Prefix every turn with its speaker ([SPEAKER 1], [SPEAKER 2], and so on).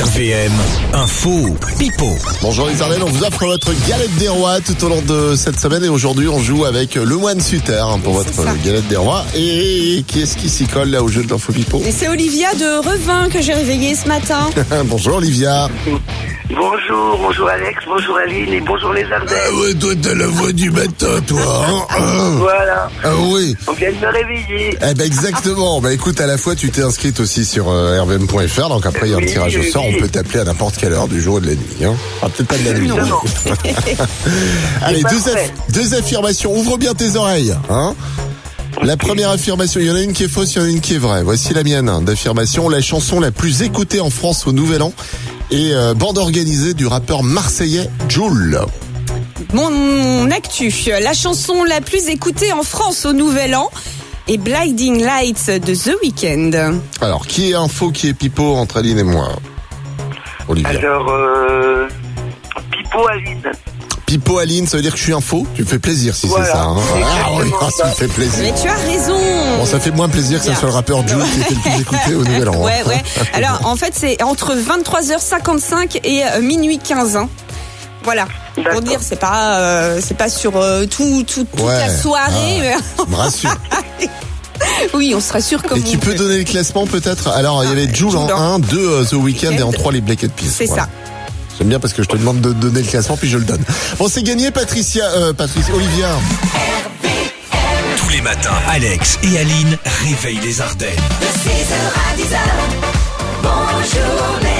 [SPEAKER 1] RVM, info, pipo.
[SPEAKER 2] Bonjour les Ardennes, on vous offre votre galette des rois tout au long de cette semaine et aujourd'hui on joue avec le moine Suter hein, pour votre galette des rois. Et qui est-ce qui s'y colle là au jeu de l'info pipo
[SPEAKER 3] Et c'est Olivia de Revin que j'ai réveillée ce matin.
[SPEAKER 2] Bonjour Olivia.
[SPEAKER 4] Bonjour, bonjour Alex, bonjour Aline et bonjour les Ardennes.
[SPEAKER 2] ouais, toi t'as la voix du matin toi.
[SPEAKER 4] Voilà,
[SPEAKER 2] ah oui.
[SPEAKER 4] on vient de me réveiller.
[SPEAKER 2] Eh ben exactement. Bah écoute, à la fois tu t'es inscrite aussi sur euh, rvm.fr, donc après il y a un
[SPEAKER 4] Oui,
[SPEAKER 2] tirage au
[SPEAKER 4] oui,
[SPEAKER 2] sort,
[SPEAKER 4] oui.
[SPEAKER 2] on peut t'appeler à n'importe quelle heure du jour et de la nuit. Hein. Ah, peut-être pas de la nuit.
[SPEAKER 4] Exactement.
[SPEAKER 2] Allez,
[SPEAKER 4] C'est
[SPEAKER 2] deux,
[SPEAKER 4] parfait.
[SPEAKER 2] aff- deux affirmations. Ouvre bien tes oreilles. Hein la première affirmation, il y en a une qui est fausse, il y en a une qui est vraie. Voici la mienne hein, d'affirmation. La chanson la plus écoutée en France au Nouvel An est euh, bande organisée du rappeur marseillais Joule.
[SPEAKER 3] Mon actu, la chanson la plus écoutée en France au Nouvel An est Blinding Lights de The Weeknd.
[SPEAKER 2] Alors, qui est info, qui est pipeau entre Aline et moi Olivier.
[SPEAKER 4] Alors, euh, Pipo Aline.
[SPEAKER 2] Pipo Aline, ça veut dire que je suis info Tu me fais plaisir si
[SPEAKER 4] Voilà,
[SPEAKER 2] c'est ça. Hein.
[SPEAKER 4] c'est
[SPEAKER 2] Ah oui,
[SPEAKER 4] exactement
[SPEAKER 2] ça me fait
[SPEAKER 3] Mais
[SPEAKER 2] plaisir.
[SPEAKER 3] tu as raison.
[SPEAKER 2] Bon, ça fait moins plaisir que ça
[SPEAKER 3] Bien.
[SPEAKER 2] soit le rappeur Jules qui était le plus écouté au Nouvel An.
[SPEAKER 3] Ouais,
[SPEAKER 2] hein.
[SPEAKER 3] ouais. Alors, en fait, c'est entre 23h55 et euh, minuit 15. hein. Voilà. Pour
[SPEAKER 4] D'accord.
[SPEAKER 3] dire, c'est pas, euh, c'est pas sur euh, tout, tout, toute
[SPEAKER 2] Ouais.
[SPEAKER 3] la soirée.
[SPEAKER 2] Tu me rassures.
[SPEAKER 3] mais- oui, on se rassure comme
[SPEAKER 2] Et tu
[SPEAKER 3] on
[SPEAKER 2] peux donner le classement peut-être Alors, il y avait Jules en
[SPEAKER 3] Jul en-
[SPEAKER 2] 1, 2 euh, The Weeknd et en
[SPEAKER 3] Weeknd.
[SPEAKER 2] 3 les Black Eyed Peas.
[SPEAKER 3] C'est
[SPEAKER 2] Voilà.
[SPEAKER 3] ça.
[SPEAKER 2] J'aime bien parce que je te demande de donner le classement puis je le donne. Bon, c'est gagné Patricia, euh, Patricia, Olivia.
[SPEAKER 1] Tous les matins, Alex et Aline réveillent les Ardennes.
[SPEAKER 5] De 6h à 10h, bonjour les